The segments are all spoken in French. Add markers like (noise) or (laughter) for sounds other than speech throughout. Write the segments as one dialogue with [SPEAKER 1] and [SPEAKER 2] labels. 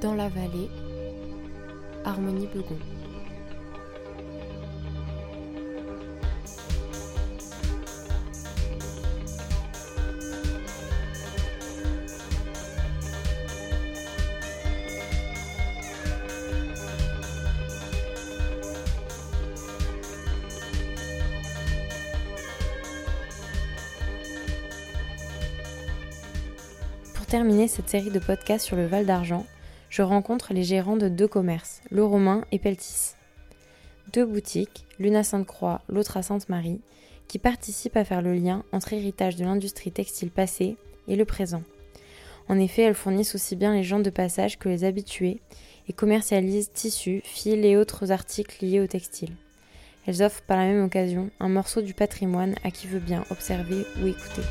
[SPEAKER 1] Dans la vallée, Harmonie Begon. Pour terminer cette série de podcasts sur le Val d'Argent, je rencontre les gérants de deux commerces, Le Romain et Peltis. Deux boutiques, l'une à Sainte-Croix, l'autre à Sainte-Marie, qui participent à faire le lien entre héritage de l'industrie textile passée et le présent. En effet, elles fournissent aussi bien les gens de passage que les habitués et commercialisent tissus, fils et autres articles liés au textile. Elles offrent par la même occasion un morceau du patrimoine à qui veut bien observer ou écouter.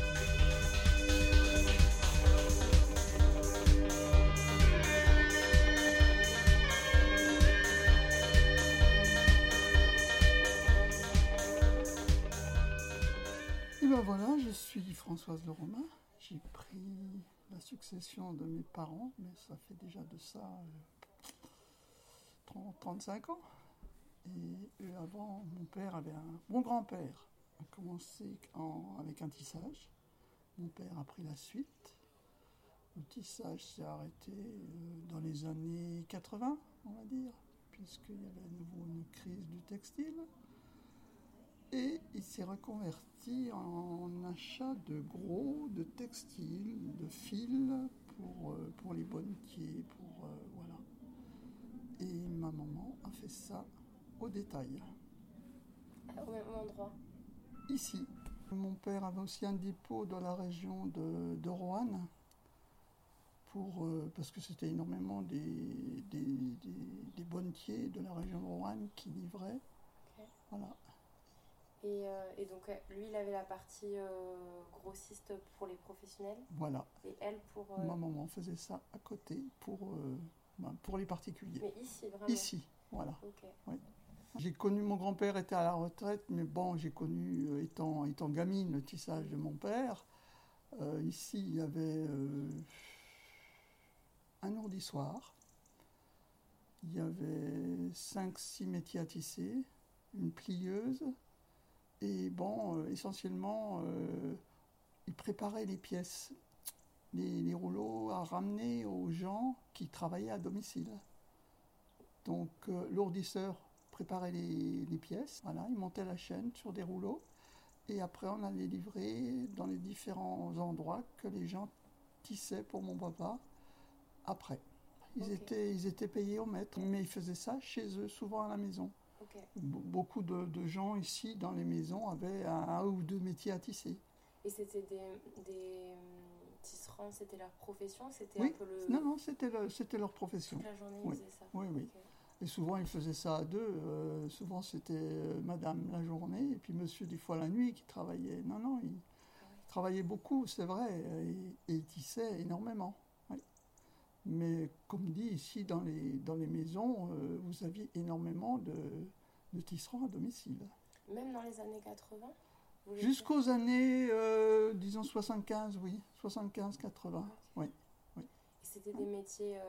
[SPEAKER 2] Et ben voilà, je suis Françoise Le Romain. J'ai pris la succession de mes parents, mais ça fait déjà de ça euh, 30, 35 ans. Et eux, avant, mon père avait un. Mon grand-père a commencé en- avec un tissage. Mon père a pris la suite. Le tissage s'est arrêté euh, dans les années 80, on va dire, puisqu'il y avait à nouveau une crise du textile. Et il s'est reconverti en achat de gros, de textiles, de fils pour, euh, pour les bonnetiers, pour euh, voilà. Et ma maman a fait ça au détail.
[SPEAKER 3] Au même endroit.
[SPEAKER 2] Ici, mon père avait aussi un dépôt dans la région de, de Roanne pour, euh, parce que c'était énormément des, des, des, des bonnetiers de la région de Roanne qui livraient.
[SPEAKER 3] Ok.
[SPEAKER 2] Voilà.
[SPEAKER 3] Et, euh, et donc, euh, lui, il avait la partie euh, grossiste pour les professionnels
[SPEAKER 2] voilà.
[SPEAKER 3] et elle pour. euh,
[SPEAKER 2] Ma maman faisait ça à côté pour, euh, ben, pour les particuliers.
[SPEAKER 3] Mais ici, vraiment.
[SPEAKER 2] Ici, voilà.
[SPEAKER 3] Ok.
[SPEAKER 2] J'ai connu, mon grand-père était à la retraite, mais bon, j'ai connu, euh, étant, étant gamine, le tissage de mon père. Euh, ici, il y avait euh, un ourdi soir. Il y avait 5-6 métiers à tisser, une plieuse. Et bon, euh, essentiellement, euh, il préparait les pièces, les, les rouleaux à ramener aux gens qui travaillaient à domicile. Donc, euh, l'ourdisseur préparait les, les pièces. Voilà, il montait la chaîne sur des rouleaux. Et après, on allait livrer dans les différents endroits que les gens tissaient pour mon papa après. Ils,
[SPEAKER 3] Ok.
[SPEAKER 2] étaient, ils étaient payés au mètre, mais ils faisaient ça chez eux, souvent à la maison.
[SPEAKER 3] Ok.
[SPEAKER 2] Be- Beaucoup de, de gens ici, dans les maisons, avaient un, un ou deux métiers à tisser.
[SPEAKER 3] Et c'était des, des euh, tisserands, c'était leur profession C'était
[SPEAKER 2] Oui.
[SPEAKER 3] un peu le.
[SPEAKER 2] Non, non, c'était le- c'était leur profession.
[SPEAKER 3] Toute la journée,
[SPEAKER 2] Oui.
[SPEAKER 3] ils faisaient ça.
[SPEAKER 2] Oui, oui.
[SPEAKER 3] Ok.
[SPEAKER 2] Et souvent, ils faisaient ça à deux. euh, souvent, c'était euh, madame la journée et puis monsieur, des fois, la nuit qui travaillait. Non, non, il travaillait beaucoup, c'est vrai, euh, et, et il tissait énormément. oui. Mais comme dit, ici, dans les, dans les maisons, euh, vous aviez énormément de, de tisserands à domicile.
[SPEAKER 3] Même dans les années 80 vous les
[SPEAKER 2] Jusqu'aux années, euh, disons, 75, oui, 75-80.
[SPEAKER 3] faites
[SPEAKER 2] oui, oui.
[SPEAKER 3] C'était des métiers euh,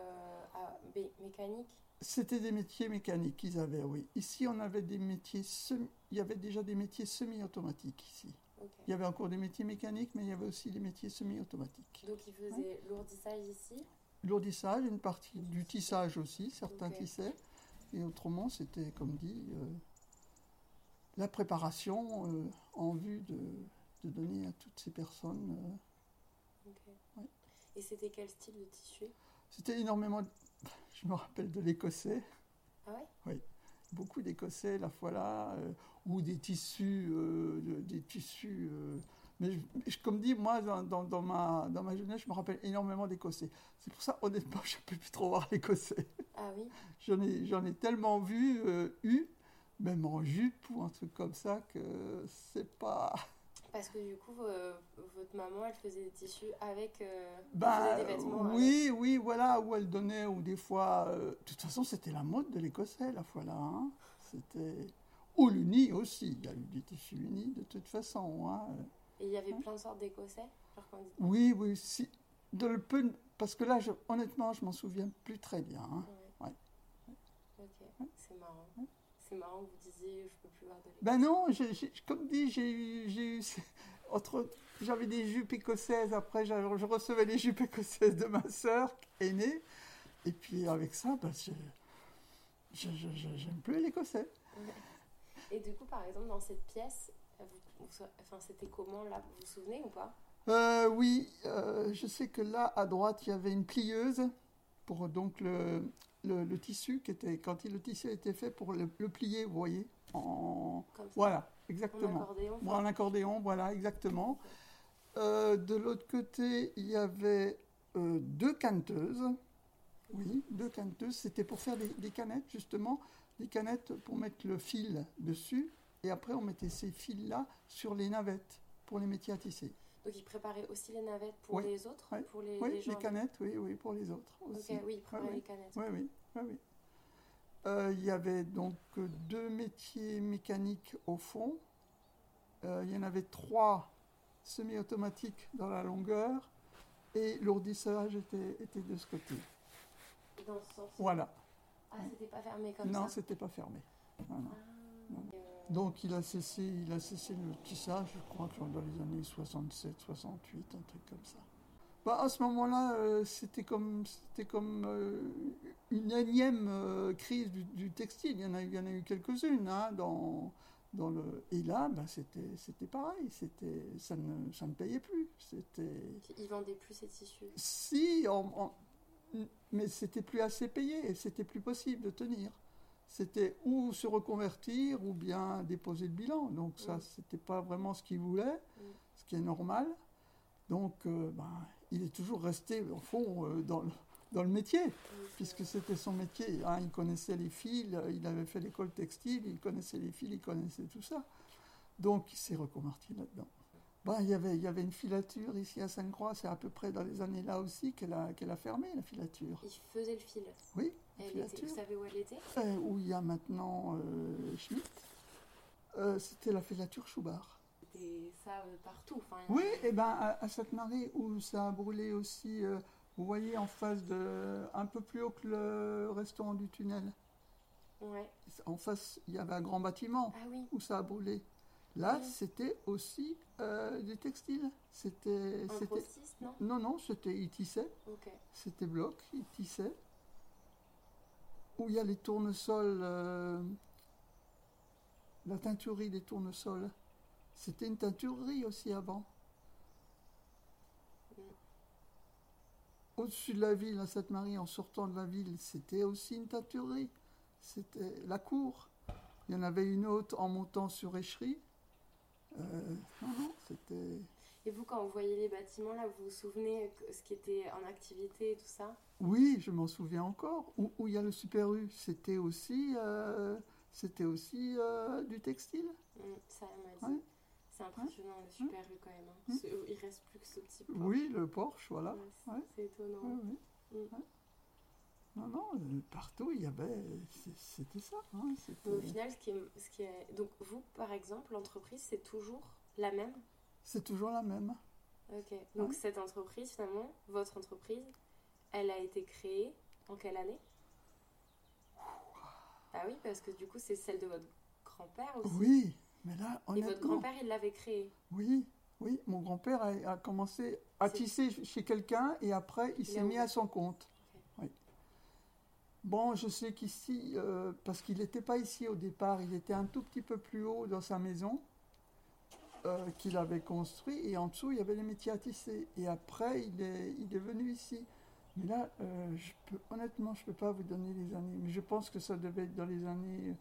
[SPEAKER 3] à- bé- mécaniques
[SPEAKER 2] C'était des métiers mécaniques qu'ils avaient, oui. Ici, on avait des métiers semi- il y avait déjà des métiers semi-automatiques ici.
[SPEAKER 3] Ok.
[SPEAKER 2] Il y avait encore des métiers mécaniques, mais il y avait aussi des métiers semi-automatiques.
[SPEAKER 3] Donc, ils faisaient l'ourdissage ici
[SPEAKER 2] L'ourdissage, une partie du tissage aussi, certains
[SPEAKER 3] Ok.
[SPEAKER 2] tissaient. Et autrement, c'était, comme dit, euh, la préparation euh, en vue de, de donner à toutes ces personnes. euh,
[SPEAKER 3] Ok.
[SPEAKER 2] Oui.
[SPEAKER 3] Et c'était quel style de tissu
[SPEAKER 2] c'était énormément, je me rappelle de l'écossais.
[SPEAKER 3] Ah ouais
[SPEAKER 2] beaucoup d'Écossais, la voilà, euh, ou des tissus, euh, de- des tissus. euh, mais je- je- comme dit, moi, dans, dans- dans ma, dans ma jeunesse, je me rappelle énormément d'Écossais. C'est pour ça, honnêtement, (laughs) je ne peux plus trop voir l'Écossais.
[SPEAKER 3] Ah oui
[SPEAKER 2] J'en ai, j'en ai tellement vu, euh, eu, même en jupe ou un truc comme ça, que c'est pas.
[SPEAKER 3] Parce que du coup, euh, votre maman, elle faisait des tissus avec euh, elle
[SPEAKER 2] Ben,
[SPEAKER 3] faisait des vêtements. avec.
[SPEAKER 2] oui, oui, voilà, où elle donnait, ou des fois. euh, de toute façon, c'était la mode de l'écossais, la fois là. hein. C'était. Ou l'uni aussi. Il y a eu du tissu uni, de toute façon. hein.
[SPEAKER 3] Et il y avait plein de sortes d'écossais. genre qu'on dit-
[SPEAKER 2] Oui, oui, si. Dans le peu, Parce que là, je- honnêtement, je m'en souviens plus très bien. hein.
[SPEAKER 3] Ouais.
[SPEAKER 2] Ouais.
[SPEAKER 3] Ok, c'est marrant. C'est marrant que vous disiez je peux plus voir de l'école.
[SPEAKER 2] Ben non, j'ai- j'ai- comme dit, j'ai eu, j'ai eu ce- (laughs) entre, j'avais des jupes écossaises. Après, j'a- je recevais les jupes écossaises de ma sœur aînée. Et puis avec ça, ben, j'ai- je- je- je- j'aime plus l'écossais.
[SPEAKER 3] Et du coup, par exemple, dans cette pièce, vous- vous- enfin, c'était comment là Vous vous souvenez ou pas
[SPEAKER 2] Euh, oui, euh, je sais que là, à droite, il y avait une plieuse pour donc le, le, le tissu qui était, quand il- le tissu était fait pour le, le plier, vous voyez. En,
[SPEAKER 3] Comme ça,
[SPEAKER 2] voilà,
[SPEAKER 3] en
[SPEAKER 2] exactement.
[SPEAKER 3] accordéon.
[SPEAKER 2] Bon, un accordéon, voilà, exactement. Euh, de l'autre côté, il y avait euh, deux canneteuses. Oui, deux canneteuses. C'était pour faire des, des canettes, justement. Des canettes pour mettre le fil dessus. Et après, on mettait ces fils-là sur les navettes pour les métiers à tisser.
[SPEAKER 3] Donc ils préparaient aussi les navettes pour
[SPEAKER 2] Oui.
[SPEAKER 3] les autres,
[SPEAKER 2] Oui.
[SPEAKER 3] pour les,
[SPEAKER 2] Oui,
[SPEAKER 3] les
[SPEAKER 2] les,
[SPEAKER 3] gens.
[SPEAKER 2] canettes, oui, oui, pour les autres aussi.
[SPEAKER 3] Ok, oui, ils préparaient
[SPEAKER 2] oui.
[SPEAKER 3] les canettes.
[SPEAKER 2] Oui, oui, oui, oui. Euh, il y avait donc euh, deux métiers mécaniques au fond. Euh, il y en avait trois semi-automatiques dans la longueur. Et l'ourdissage était, était de ce côté.
[SPEAKER 3] Et Dans ce sens.
[SPEAKER 2] Voilà.
[SPEAKER 3] Ah, c'était pas fermé comme
[SPEAKER 2] non,
[SPEAKER 3] ça.
[SPEAKER 2] c'était pas fermé. Non, non.
[SPEAKER 3] Ah. Et, euh,
[SPEAKER 2] Donc il a cessé, il a cessé le tissage, je crois, genre dans les années 67, 68, un truc comme ça. Bah, à ce moment-là, euh, c'était comme, c'était comme euh, une énième euh, crise du, du textile. Il y en a, eu- il y en a eu quelques-unes. hein, dans, dans le... Et là, bah, c'était, c'était pareil. C'était, ça, ne, ça ne payait plus. C'était...
[SPEAKER 3] euh, puis, ils vendaient plus ces tissus.
[SPEAKER 2] Si, on- on- mais c'était plus assez payé, et c'était plus possible de tenir. C'était ou se reconvertir ou bien déposer le bilan. Donc ça,
[SPEAKER 3] Mm.
[SPEAKER 2] c'était pas vraiment ce qu'il voulait,
[SPEAKER 3] Mm.
[SPEAKER 2] ce qui est normal. Donc, euh, ben, il est toujours resté au fond euh, dans le, dans le métier,
[SPEAKER 3] Oui,
[SPEAKER 2] puisque c'était son métier. hein. Il connaissait les fils, euh, il avait fait l'école textile, il connaissait les fils, il connaissait tout ça. Donc, il s'est reconverti là-dedans. Ben, il, y avait, il y avait une filature ici à Sainte-Croix, c'est à peu près dans les années-là aussi qu'elle a, qu'elle a fermé, la filature.
[SPEAKER 3] euh, Ils faisaient le fil.
[SPEAKER 2] Oui, la
[SPEAKER 3] Elle était,
[SPEAKER 2] filature.
[SPEAKER 3] vous savez où elle était
[SPEAKER 2] Euh, où il y a maintenant euh, Schmitt, euh, c'était la filature Choubard.
[SPEAKER 3] C'était ça euh, partout. Enfin, il y en
[SPEAKER 2] Oui,
[SPEAKER 3] avait-
[SPEAKER 2] et ben à, à Sainte-Marie, où ça a brûlé aussi, euh, vous voyez, en face de. un peu plus haut que le restaurant du tunnel.
[SPEAKER 3] Ouais.
[SPEAKER 2] En face, il y avait un grand bâtiment
[SPEAKER 3] Ah oui.
[SPEAKER 2] où ça a brûlé. Là,
[SPEAKER 3] Oui.
[SPEAKER 2] c'était aussi euh, du textile. C'était.
[SPEAKER 3] Un
[SPEAKER 2] c'était-
[SPEAKER 3] grossiste, non
[SPEAKER 2] Non, non, c'était. Ils tissaient.
[SPEAKER 3] Ok.
[SPEAKER 2] C'était bloc, ils tissaient. Où il y a les tournesols. euh, la teinturerie des tournesols. C'était une teinturerie aussi avant.
[SPEAKER 3] Mm.
[SPEAKER 2] Au-dessus de la ville, à Sainte-Marie, en sortant de la ville, c'était aussi une teinturerie. C'était la cour. Il y en avait une autre en montant sur Écherie. Euh, non, non, c'était.
[SPEAKER 3] Et vous, quand vous voyez les bâtiments, là, vous vous souvenez que- ce qui était en activité et tout ça
[SPEAKER 2] Oui, je m'en souviens encore. Où où il y a le Super U, c'était aussi, euh, c'était aussi euh, du textile.
[SPEAKER 3] Mm, Ça, elle m'a dit.
[SPEAKER 2] Ouais.
[SPEAKER 3] C'est impressionnant, le super U quand même. hein.
[SPEAKER 2] Mm.
[SPEAKER 3] Ce- il reste plus que ce petit port.
[SPEAKER 2] Oui, le Porsche, voilà.
[SPEAKER 3] Ouais, c'est-
[SPEAKER 2] Ouais.
[SPEAKER 3] C'est étonnant.
[SPEAKER 2] Oui, oui.
[SPEAKER 3] Ah. Mm.
[SPEAKER 2] Ouais. Non, non, euh, partout, il y avait... c'est- C'était ça. hein,
[SPEAKER 3] Mais au
[SPEAKER 2] c'était-
[SPEAKER 3] final, ce qui est, ce qui est... Donc, vous, par exemple, l'entreprise, c'est toujours la même
[SPEAKER 2] C'est toujours la même.
[SPEAKER 3] Ok. Donc,
[SPEAKER 2] Ouais.
[SPEAKER 3] cette entreprise, finalement, votre entreprise, elle a été créée en quelle année Ah oui, parce que du coup, c'est celle de votre grand-père aussi.
[SPEAKER 2] Oui, mais là,
[SPEAKER 3] Et votre
[SPEAKER 2] honnêtement...
[SPEAKER 3] grand-père, il l'avait créée.
[SPEAKER 2] Oui, oui, mon grand-père a, a commencé à
[SPEAKER 3] C'est-
[SPEAKER 2] tisser ch- chez quelqu'un et après il
[SPEAKER 3] Il
[SPEAKER 2] s'est
[SPEAKER 3] a
[SPEAKER 2] mis à
[SPEAKER 3] ouvert.
[SPEAKER 2] son compte.
[SPEAKER 3] Ok.
[SPEAKER 2] Oui. Bon, je sais qu'ici, euh, parce qu'il n'était pas ici au départ, il était un tout petit peu plus haut dans sa maison euh, qu'il avait construit et en dessous il y avait les métiers à tisser. Et après il est, il est venu ici. Mais là, euh, je peux, honnêtement, je ne peux pas vous donner les années, mais je pense que ça devait être dans les années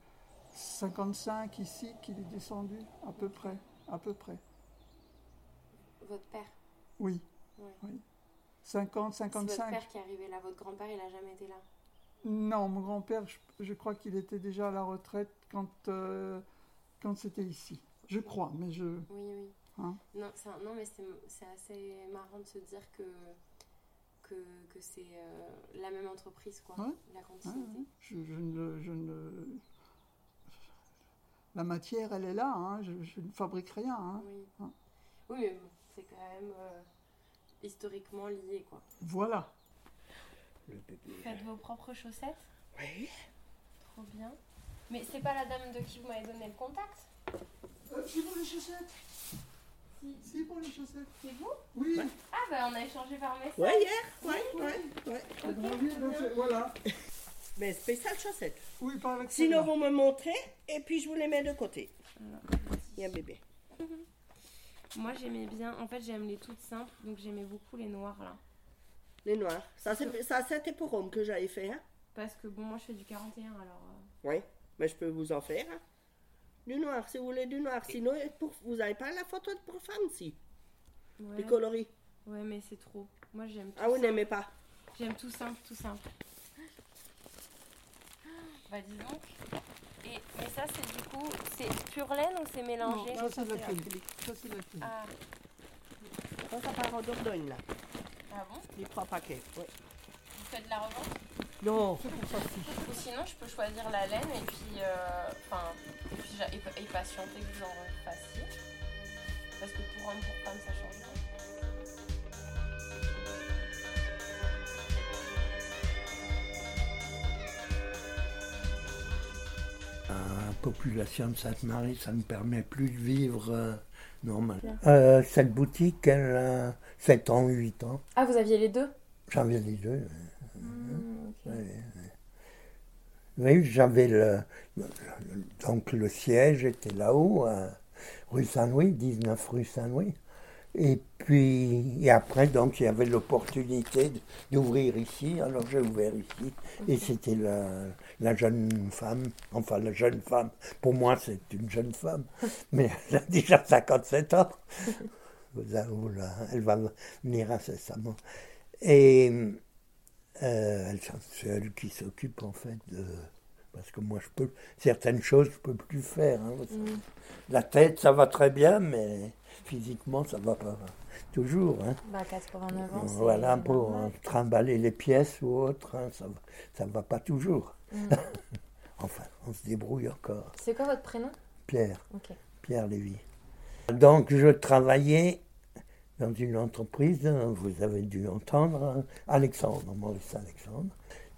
[SPEAKER 2] 55 ici qu'il est descendu, à peu près, à peu près.
[SPEAKER 3] Votre père.
[SPEAKER 2] Oui.
[SPEAKER 3] Ouais.
[SPEAKER 2] oui. 50,
[SPEAKER 3] C'est votre
[SPEAKER 2] 55.
[SPEAKER 3] père qui est arrivé là, votre grand-père il a jamais été là.
[SPEAKER 2] Non, mon grand-père, je, je crois qu'il était déjà à la retraite quand, euh, quand c'était ici. Je crois, mais je.
[SPEAKER 3] Oui, oui.
[SPEAKER 2] Hein
[SPEAKER 3] non, c'est un- non, mais c'est c'est assez marrant de se dire que, que, que c'est euh, la même entreprise, quoi.
[SPEAKER 2] Ouais.
[SPEAKER 3] La
[SPEAKER 2] hein,
[SPEAKER 3] continuité.
[SPEAKER 2] je, je ne, je ne- La matière, elle est là, hein, je, je ne fabrique rien. hein.
[SPEAKER 3] Oui.
[SPEAKER 2] Hein.
[SPEAKER 3] oui, mais bon, c'est quand même euh, historiquement lié, quoi.
[SPEAKER 2] Voilà, le bébé.
[SPEAKER 3] Vous faites vos propres chaussettes
[SPEAKER 2] Oui.
[SPEAKER 3] Trop bien. Mais c'est pas la dame de qui vous m'avez donné le contact
[SPEAKER 2] Euh, c'est pour les chaussettes.
[SPEAKER 3] Si.
[SPEAKER 2] C'est pour les chaussettes.
[SPEAKER 3] C'est vous
[SPEAKER 2] Oui.
[SPEAKER 3] Ah bah on a échangé par message.
[SPEAKER 4] Ouais, hier Ouais, ouais.
[SPEAKER 2] Ouais. on revient, donc c'est- voilà.
[SPEAKER 4] Mais spécial chaussette.
[SPEAKER 2] Oui, pas avec celle-là.
[SPEAKER 4] Sinon, vous me montrez et puis je vous les mets de côté. Il y a un bébé.
[SPEAKER 3] Moi j'aimais bien, en fait j'aime les toutes simples, donc j'aimais beaucoup les noirs là.
[SPEAKER 4] Les noirs. Ça, c'est- ça, c'était pour Rome que j'avais fait. Hein.
[SPEAKER 3] Parce que bon, moi je fais du 41 alors. euh,
[SPEAKER 4] Oui, mais je peux vous en faire. hein. Du noir, si vous voulez du noir. Sinon, pour, vous n'avez pas la photo de pour femme, si.
[SPEAKER 3] euh, Ouais,
[SPEAKER 4] Du coloris.
[SPEAKER 3] ouais mais c'est trop. Moi j'aime tout,
[SPEAKER 4] Ah, vous n'aimez pas
[SPEAKER 3] j'aime tout simple, tout simple. Bah dis donc. Et, mais ça c'est du coup, c'est pure laine ou c'est mélangé
[SPEAKER 2] Ça, c'est de
[SPEAKER 4] c'est
[SPEAKER 2] l'acrylique. Ça, c'est de l'acrylique.
[SPEAKER 3] ah,
[SPEAKER 4] Ça, ça part en Dordogne, là.
[SPEAKER 3] ah bon
[SPEAKER 4] Les trois paquets. ouais.
[SPEAKER 3] Vous faites de la revente
[SPEAKER 4] Non.
[SPEAKER 2] C'est pour ça que c'est-
[SPEAKER 3] Ou sinon, je peux choisir la laine et puis, euh, enfin, et, puis j'a- et- et patienter que vous en refassiez. Parce que pour homme, pour femme, ça change rien.
[SPEAKER 5] La population de Sainte-Marie, ça ne permet plus de vivre euh, normal. Euh, cette boutique, elle a 7 ans, 8 ans.
[SPEAKER 1] Ah, vous aviez les deux
[SPEAKER 5] J'en ai les deux. Oui, j'avais le. Donc le siège était là-haut, à rue Saint-Louis, 19 rue Saint-Louis. Et puis, et après, donc, il y avait l'opportunité d'ouvrir ici, alors j'ai ouvert ici. Et c'était la, la jeune femme, enfin la jeune femme, pour moi c'est une jeune femme, mais elle a déjà 57 ans. (laughs) Vous a- vous la- Elle va venir incessamment. Et euh, elle, c'est elle qui s'occupe en fait de. Parce que moi, je peux certaines choses, je peux plus faire. hein, vous savez.
[SPEAKER 1] Mm.
[SPEAKER 5] La tête, ça va très bien, mais physiquement, ça va pas toujours. hein.
[SPEAKER 1] Bah, 89 ans. c'est
[SPEAKER 5] Voilà, pour
[SPEAKER 1] normal.
[SPEAKER 5] euh, trimballer les pièces ou autre, hein, ça ne va pas toujours.
[SPEAKER 1] Mm.
[SPEAKER 5] (laughs) Enfin, on se débrouille encore.
[SPEAKER 1] C'est quoi votre prénom
[SPEAKER 5] Pierre.
[SPEAKER 1] Ok.
[SPEAKER 5] Pierre Lévy. Donc je travaillais dans une entreprise, hein, vous avez dû entendre, hein, Alexandre, Maurice Alexandre.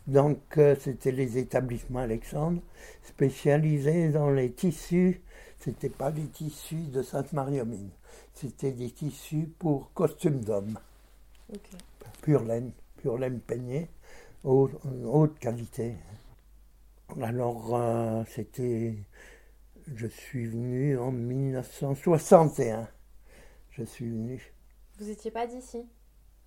[SPEAKER 5] Donc euh, c'était les établissements Alexandre, spécialisés dans les tissus. C'était pas des tissus de Sainte-Marie-aux-Mines, c'était des tissus pour costumes d'hommes,
[SPEAKER 1] Ok.
[SPEAKER 5] pure laine, pure laine peignée, haute, haute qualité. Alors euh, c'était je suis venu en 1961. Je suis venu.
[SPEAKER 1] Vous étiez pas d'ici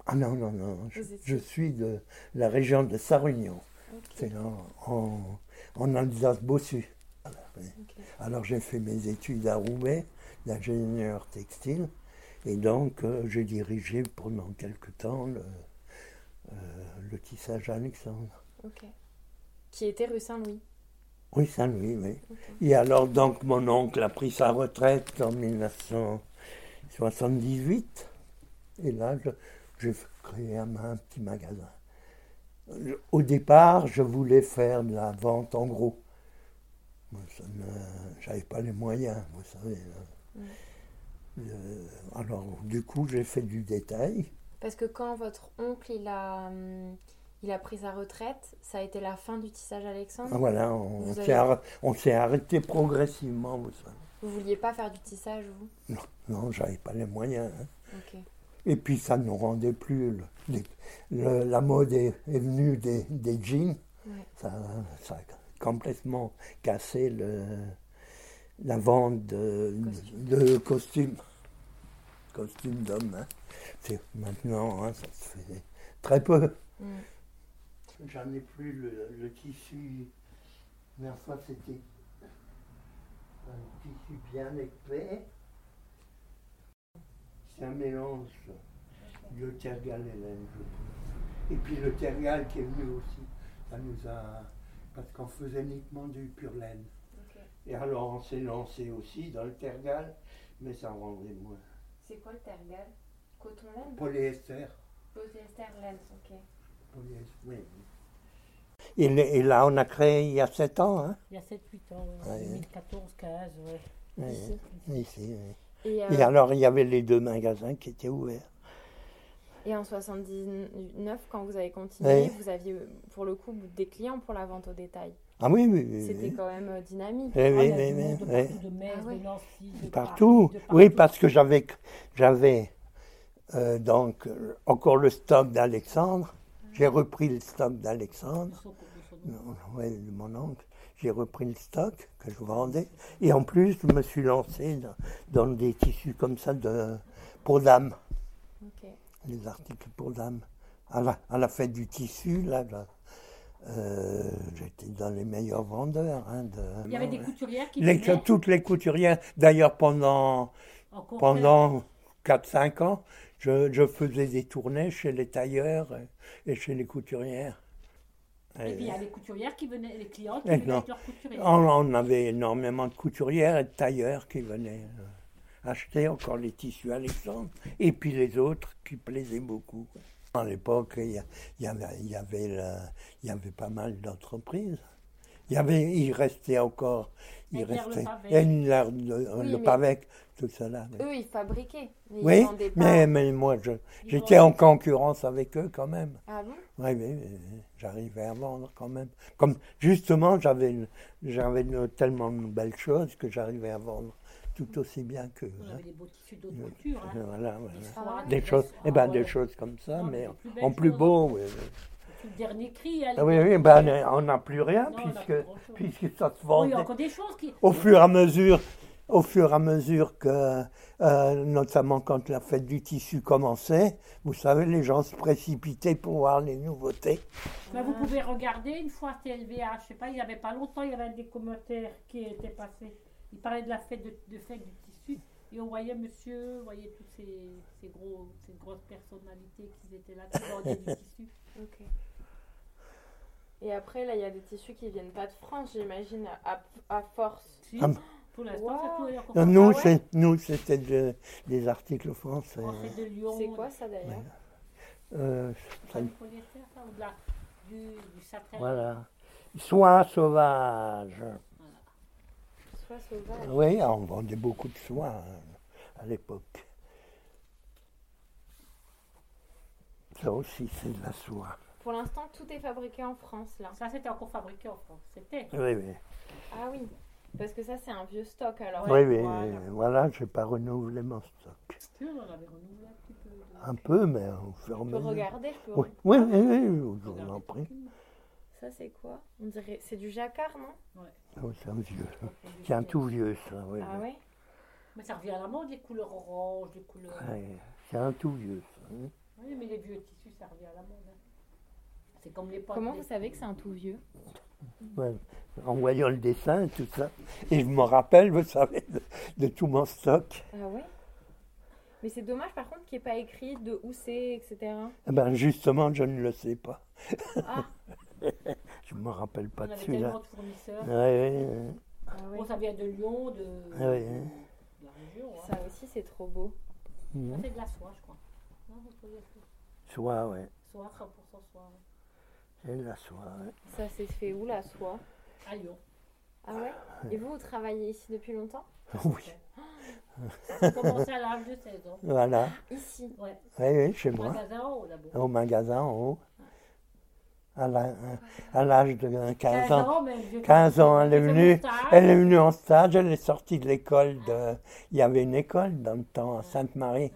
[SPEAKER 5] Ah non, non, non. Je,
[SPEAKER 1] Vous étiez-
[SPEAKER 5] je suis de la région de Sarre-Union.
[SPEAKER 1] Ok.
[SPEAKER 5] C'est en, en, en Alsace-Bossu. Voilà, oui.
[SPEAKER 1] Ok.
[SPEAKER 5] Alors j'ai fait mes études à Roubaix d'ingénieur textile et donc euh, j'ai dirigé pendant quelque temps le, euh, le tissage Alexandre.
[SPEAKER 1] Ok. Qui était rue Saint-Louis.
[SPEAKER 5] Oui, Saint-Louis, oui.
[SPEAKER 1] Ok.
[SPEAKER 5] Et alors donc mon oncle a pris sa retraite en 1978. Et là, je- j'ai créé un, un petit magasin. Je- Au départ, je voulais faire de la vente en gros. Moi, ça ne- J'avais pas les moyens, vous savez.
[SPEAKER 1] Mm.
[SPEAKER 5] là. Euh, alors, du coup, j'ai fait du détail.
[SPEAKER 1] Parce que quand votre oncle, il a, hum, il a pris sa retraite, ça a été la fin du tissage Alexandre.
[SPEAKER 5] Ah, Voilà, on
[SPEAKER 1] Vous
[SPEAKER 5] s'est
[SPEAKER 1] avez-
[SPEAKER 5] arr- on s'est arrêté progressivement, vous savez.
[SPEAKER 1] Vous vouliez pas faire du tissage, vous
[SPEAKER 5] Non, non, j'avais pas les moyens. hein.
[SPEAKER 1] Ok.
[SPEAKER 5] Et puis ça ne nous rendait plus. le- les- le- la mode est, est venue des, des jeans.
[SPEAKER 1] Ouais.
[SPEAKER 5] Ça, ça a complètement cassé le, la vente de,
[SPEAKER 1] Costume.
[SPEAKER 5] de costumes. Costumes d'hommes. hein. C'est maintenant, hein, ça se fait très peu.
[SPEAKER 1] Mm.
[SPEAKER 5] J'en ai plus le, le tissu. La fois, c'était un tissu bien épais. C'est un mélange de tergal et laine, je pense. Et puis le tergal qui est venu aussi, ça nous a. Parce qu'on faisait uniquement du pur laine.
[SPEAKER 3] Ok.
[SPEAKER 5] Et alors on s'est lancé aussi dans le tergal, mais ça en rendait moins.
[SPEAKER 3] C'est quoi le tergal Coton laine
[SPEAKER 5] Polyester.
[SPEAKER 3] Polyester laine, ok.
[SPEAKER 5] polyester oui. Et, le- et là, on a créé il y a 7 ans, hein
[SPEAKER 6] Il y a 7-8 ans, ouais,
[SPEAKER 5] Ouais.
[SPEAKER 6] 2014, 15, ouais.
[SPEAKER 5] Oui,
[SPEAKER 1] Ici.
[SPEAKER 5] oui, ici, oui.
[SPEAKER 1] Et, euh,
[SPEAKER 5] Et alors, il y avait les deux magasins qui étaient ouverts.
[SPEAKER 1] Et en 79, quand vous avez continué,
[SPEAKER 5] Ouais.
[SPEAKER 1] vous aviez euh, pour le coup des clients pour la vente au détail.
[SPEAKER 5] Ah oui, oui, oui.
[SPEAKER 1] C'était
[SPEAKER 5] oui.
[SPEAKER 1] quand même euh, dynamique.
[SPEAKER 5] Eh oui,
[SPEAKER 6] Ah,
[SPEAKER 5] oui,
[SPEAKER 6] il y a
[SPEAKER 5] oui,
[SPEAKER 6] du monde
[SPEAKER 5] oui.
[SPEAKER 6] de partout,
[SPEAKER 1] Ah
[SPEAKER 6] de Metz,
[SPEAKER 1] ouais.
[SPEAKER 6] de Nancy, de
[SPEAKER 5] Partout.
[SPEAKER 6] Paris, Ah, de
[SPEAKER 5] Oui,
[SPEAKER 6] partout.
[SPEAKER 5] parce que j'avais, j'avais euh, donc euh, encore le stock d'Alexandre. J'ai repris le stock
[SPEAKER 6] De
[SPEAKER 5] d'Alexandre,
[SPEAKER 6] son- de son-
[SPEAKER 5] non, ouais, de mon oncle. J'ai repris le stock que je vendais. Et en plus, je me suis lancé dans, dans des tissus comme ça de, pour dames,
[SPEAKER 1] Ok.
[SPEAKER 5] les articles pour dames. À la, à la fête du tissu, là, là, euh, j'étais dans les meilleurs vendeurs. hein, de-
[SPEAKER 6] Il y avait des couturières qui
[SPEAKER 5] Les-
[SPEAKER 6] venaient
[SPEAKER 5] toutes les couturières. D'ailleurs, pendant
[SPEAKER 6] en concert.
[SPEAKER 5] pendant 4-5 ans, je, je faisais des tournées chez les tailleurs et et chez les couturières.
[SPEAKER 6] Et puis il y
[SPEAKER 5] Et
[SPEAKER 6] a les couturières qui venaient, les clientes qui
[SPEAKER 5] Et
[SPEAKER 6] venaient
[SPEAKER 5] Eh, non.
[SPEAKER 6] avec leurs couturières.
[SPEAKER 5] on, on avait énormément de couturières et de tailleurs qui venaient euh, acheter encore les tissus Alexandre et puis les autres qui plaisaient beaucoup. À l'époque, il y, a- il y avait, il y, avait le- il y avait pas mal d'entreprises. Il, y avait, il restait encore. Il
[SPEAKER 6] Edgar Le
[SPEAKER 5] restait.
[SPEAKER 6] Pavec.
[SPEAKER 5] Edgar Le,
[SPEAKER 1] Oui,
[SPEAKER 5] le
[SPEAKER 1] mais-
[SPEAKER 5] Pavec, tout cela. oui.
[SPEAKER 1] Eux, ils fabriquaient, mais ils
[SPEAKER 5] Oui,
[SPEAKER 1] vendaient pas.
[SPEAKER 5] mais, mais moi, je-
[SPEAKER 6] Ils
[SPEAKER 5] j'étais
[SPEAKER 6] vendaient.
[SPEAKER 5] en concurrence avec eux quand même.
[SPEAKER 1] Ah bon
[SPEAKER 5] Oui, oui, oui, oui, j'arrivais à vendre quand même. Comme justement, j'avais une- j'avais une- tellement de belles choses que j'arrivais à vendre tout aussi bien qu'eux.
[SPEAKER 6] On
[SPEAKER 5] hein.
[SPEAKER 6] avait des beaux tissus d'autres coutures. hein.
[SPEAKER 5] Voilà, voilà.
[SPEAKER 6] Des soies,
[SPEAKER 5] Des choses,
[SPEAKER 6] soies,
[SPEAKER 5] eh ben,
[SPEAKER 6] ouais.
[SPEAKER 5] des choses comme ça,
[SPEAKER 6] Non, mais
[SPEAKER 5] mais
[SPEAKER 6] les
[SPEAKER 5] en-
[SPEAKER 6] plus belles
[SPEAKER 5] en plus
[SPEAKER 6] choses.
[SPEAKER 5] beau. Oui, oui.
[SPEAKER 6] Puis le dernier cri. hein, les
[SPEAKER 5] Ah oui,
[SPEAKER 6] derniers
[SPEAKER 5] oui, ben,
[SPEAKER 6] cris.
[SPEAKER 5] on n'a plus rien
[SPEAKER 6] Non, on n'a plus
[SPEAKER 5] puisque,
[SPEAKER 6] grand-chose.
[SPEAKER 5] puisque ça se
[SPEAKER 6] Oui, il y
[SPEAKER 5] vendait.
[SPEAKER 6] a encore des choses qui.
[SPEAKER 5] au fur et à mesure, au fur et à mesure que, euh, notamment quand la fête du tissu commençait, vous savez, les gens se précipitaient pour voir les nouveautés.
[SPEAKER 6] Mais vous pouvez regarder une fois TLVH, je sais pas, il n'y avait pas longtemps, il y avait des commentaires qui étaient passés. Il parlait de la fête de, de fête du tissu et on voyait monsieur, on voyait toutes ces, ces gros, ces grosses personnalités qui étaient là, qui vendaient du
[SPEAKER 5] (laughs)
[SPEAKER 6] tissu.
[SPEAKER 1] Ok. Et après, là, il y a des tissus qui viennent pas de France, j'imagine, à, à force.
[SPEAKER 6] Si,
[SPEAKER 5] Ah.
[SPEAKER 6] pour l'instant, ça tout est encore
[SPEAKER 5] Euh,
[SPEAKER 6] comme
[SPEAKER 5] Nous,
[SPEAKER 1] Ah ouais
[SPEAKER 5] c'est- nous, c'était de- des articles français. hein.
[SPEAKER 6] ça. On fait de Lyon.
[SPEAKER 1] C'est quoi ça d'ailleurs
[SPEAKER 5] Euh,
[SPEAKER 6] de-
[SPEAKER 5] ça-
[SPEAKER 6] du polyester, ça, ou de la- du, du satin.
[SPEAKER 5] voilà. Soie sauvage.
[SPEAKER 1] Soit sauvage.
[SPEAKER 5] Oui, on vendait beaucoup de soie hein, à l'époque. Ça aussi, c'est de la soie.
[SPEAKER 1] Pour l'instant, tout est fabriqué en France, là.
[SPEAKER 6] Ça, c'était encore fabriqué en France. C'était.
[SPEAKER 5] Oui, oui.
[SPEAKER 1] Ah oui, parce que ça, c'est un vieux stock, alors.
[SPEAKER 5] Oui, oui,
[SPEAKER 1] Ah Voilà.
[SPEAKER 5] oui. voilà, je n'ai pas renouvelé mon stock.
[SPEAKER 6] Tu vois, on avait renouvelé un petit peu. de-
[SPEAKER 5] Un peu, mais on ferme.
[SPEAKER 1] Je peux regarder, je peux...
[SPEAKER 5] Oui, oui, oui, oui, je vous en prie.
[SPEAKER 1] Ça, c'est quoi On dirait... C'est du jacquard, non
[SPEAKER 5] Oh, c'est un vieux. C'est un tout vieux, ça, oui.
[SPEAKER 1] Ah ouais
[SPEAKER 6] Mais ça revient à la mode, les couleurs orange, les couleurs.
[SPEAKER 5] Ouais, C'est un tout vieux, ça. hein.
[SPEAKER 6] Oui, mais les vieux tissus, ça revient à la mode. hein. C'est comme les potes.
[SPEAKER 1] Comment
[SPEAKER 6] des-
[SPEAKER 1] vous savez que c'est un tout vieux
[SPEAKER 5] Ouais. En voyant le dessin, tout ça. Et je me rappelle, vous savez, de, de tout mon stock.
[SPEAKER 1] Ah ouais Mais c'est dommage, par contre, qu'il n'y ait pas écrit de où c'est, etc.
[SPEAKER 5] Eh ben, justement, je ne le sais pas.
[SPEAKER 1] Ah.
[SPEAKER 5] (laughs) je ne me rappelle
[SPEAKER 6] On
[SPEAKER 5] pas de
[SPEAKER 6] avait tellement
[SPEAKER 5] celui-là.
[SPEAKER 6] de fournisseurs.
[SPEAKER 5] Ouais, ouais, ouais.
[SPEAKER 1] Ah ouais.
[SPEAKER 6] Bon, ça vient de Lyon, de,
[SPEAKER 5] Ah oui, hein.
[SPEAKER 6] de la région. hein. Ça,
[SPEAKER 1] Ça hein. aussi, c'est trop beau.
[SPEAKER 5] Mhm.
[SPEAKER 6] c'est de la soie, je crois. Non, vous pouvez la soie.
[SPEAKER 5] Soie, oui.
[SPEAKER 6] Soie, 100% soie. hein. ouais.
[SPEAKER 5] C'est de la soie, ouais. (laughs)
[SPEAKER 1] Ça s'est fait où, la soie
[SPEAKER 6] À Lyon.
[SPEAKER 1] Ah ouais Et vous, vous travaillez ici depuis longtemps
[SPEAKER 5] Oui,
[SPEAKER 6] J'ai commencé à l'âge de 16 ans.
[SPEAKER 5] voilà.
[SPEAKER 1] Ici.
[SPEAKER 6] Ouais.
[SPEAKER 5] Oui, oui, chez moi.
[SPEAKER 6] Magasin en haut, d'abord.
[SPEAKER 5] au magasin en haut, à la- à l'âge de 15 ans.
[SPEAKER 6] mais le vieux
[SPEAKER 5] 15 ans,
[SPEAKER 6] tissu,
[SPEAKER 5] elle est
[SPEAKER 6] le
[SPEAKER 5] venue.
[SPEAKER 6] moustache.
[SPEAKER 5] Elle est venue en stage, elle est sortie de l'école. De... Il y avait une école dans le temps à Sainte-Marie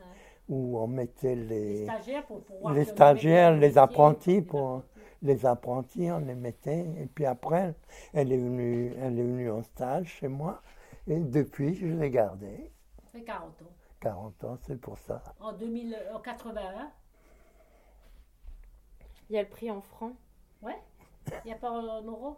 [SPEAKER 5] où on mettait
[SPEAKER 6] Les
[SPEAKER 5] les,
[SPEAKER 6] stagiaires pour pouvoir.
[SPEAKER 5] les
[SPEAKER 6] se mettre
[SPEAKER 5] stagiaires,
[SPEAKER 6] dans le
[SPEAKER 5] les
[SPEAKER 6] métier,
[SPEAKER 5] apprentis
[SPEAKER 6] les
[SPEAKER 5] pour-
[SPEAKER 6] apprentis.
[SPEAKER 5] les apprentis, on les mettait. Et puis après, elle est venue, elle est venue en stage chez moi. Et depuis, je l'ai gardée.
[SPEAKER 6] Ça fait 40 ans.
[SPEAKER 5] 40 ans, c'est pour ça.
[SPEAKER 6] En 2081,
[SPEAKER 1] Il y a le prix en francs.
[SPEAKER 6] il n'y a pas en euros.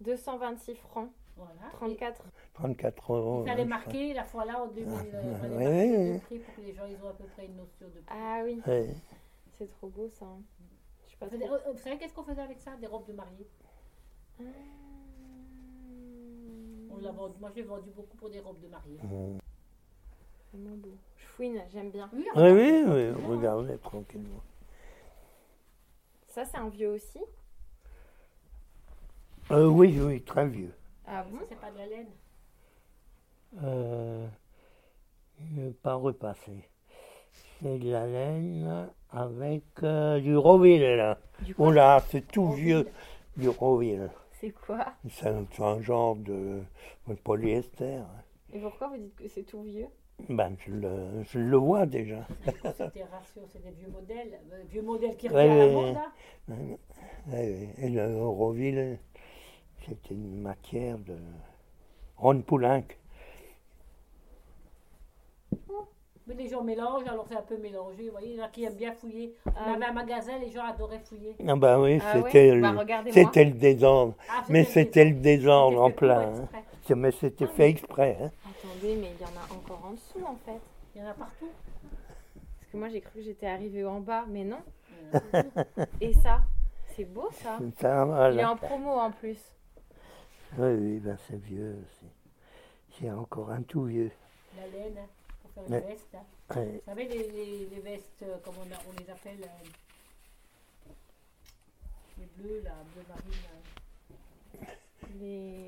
[SPEAKER 1] 226 francs,
[SPEAKER 6] Voilà.
[SPEAKER 1] 34.
[SPEAKER 5] 34 euros.
[SPEAKER 6] Il fallait
[SPEAKER 5] hein, je
[SPEAKER 6] marquer la fois là en 2000. euh, fallait
[SPEAKER 5] Ah, Ouais,
[SPEAKER 6] marquer
[SPEAKER 5] ouais,
[SPEAKER 6] le
[SPEAKER 5] ouais.
[SPEAKER 6] prix pour que les gens ils ont à peu près une notion de prix.
[SPEAKER 1] Ah oui,
[SPEAKER 5] crois. Oui.
[SPEAKER 1] c'est trop beau ça. hein. Je sais pas
[SPEAKER 6] On
[SPEAKER 1] trop. Ah.
[SPEAKER 6] faisait- euh, Vous savez qu'est-ce qu'on faisait avec ça Des robes de mariée. On l'a vendu. Moi, j'ai vendu beaucoup pour des robes de mariée.
[SPEAKER 5] Ah.
[SPEAKER 1] Vraiment beau. Je fouine, j'aime bien.
[SPEAKER 6] Oui,
[SPEAKER 5] Oui, oui, oui, regardez tranquillement.
[SPEAKER 1] Ça, c'est un vieux aussi.
[SPEAKER 5] Euh, oui, oui, très vieux.
[SPEAKER 1] Ah
[SPEAKER 6] Ça,
[SPEAKER 1] bon
[SPEAKER 6] c'est pas de la laine.
[SPEAKER 5] Euh, euh, pas repassé. c'est de la laine avec euh, du Roville. Oh là, c'est tout vieux, du Roville.
[SPEAKER 7] C'est quoi
[SPEAKER 5] C'est un, c'est un genre de, de polyester.
[SPEAKER 7] Et pourquoi vous dites que c'est tout vieux
[SPEAKER 5] Ben, je le, je le vois déjà.
[SPEAKER 6] C'était ratio, c'est des vieux modèles. euh, vieux modèles qui
[SPEAKER 5] Ouais,
[SPEAKER 6] reviennent à la
[SPEAKER 5] ouais,
[SPEAKER 6] mode,
[SPEAKER 5] ouais.
[SPEAKER 6] là.
[SPEAKER 5] Et, et le Roville, c'était une matière de Ron Poulenc.
[SPEAKER 6] Mais les gens mélangent, alors c'est un peu mélangé. Vous voyez, il y en a qui aiment bien fouiller. On
[SPEAKER 7] Ah.
[SPEAKER 6] avait un magasin, les gens adoraient fouiller.
[SPEAKER 5] Ah ben oui,
[SPEAKER 7] Ah ouais
[SPEAKER 5] c'était
[SPEAKER 7] Bah,
[SPEAKER 5] le,
[SPEAKER 7] regardez-moi.
[SPEAKER 5] c'était le désordre.
[SPEAKER 6] Ah,
[SPEAKER 5] Mais c'était le
[SPEAKER 6] c'était
[SPEAKER 5] désordre en
[SPEAKER 6] fait pour
[SPEAKER 5] plein. hein.
[SPEAKER 6] exprès.
[SPEAKER 5] C'est- Mais c'était fait exprès. hein.
[SPEAKER 7] Attendez, mais il y en a encore en dessous en fait.
[SPEAKER 6] Il y en a partout.
[SPEAKER 7] Parce que moi j'ai cru que j'étais arrivée en bas, mais
[SPEAKER 5] (laughs)
[SPEAKER 7] non.
[SPEAKER 6] Il y en a partout.
[SPEAKER 7] Et ça, c'est beau ça.
[SPEAKER 5] Ça,
[SPEAKER 7] Il est
[SPEAKER 5] voilà.
[SPEAKER 7] en promo en plus.
[SPEAKER 5] Oui, oui, ben c'est vieux aussi. C'est encore un tout vieux.
[SPEAKER 6] La laine, hein, pour faire
[SPEAKER 5] Ouais.
[SPEAKER 6] une veste. hein.
[SPEAKER 5] Ouais.
[SPEAKER 6] Vous savez, les, les, les vestes, euh, comme on, a- on les appelle, euh, les bleus, là, bleu marine. là.
[SPEAKER 7] Les...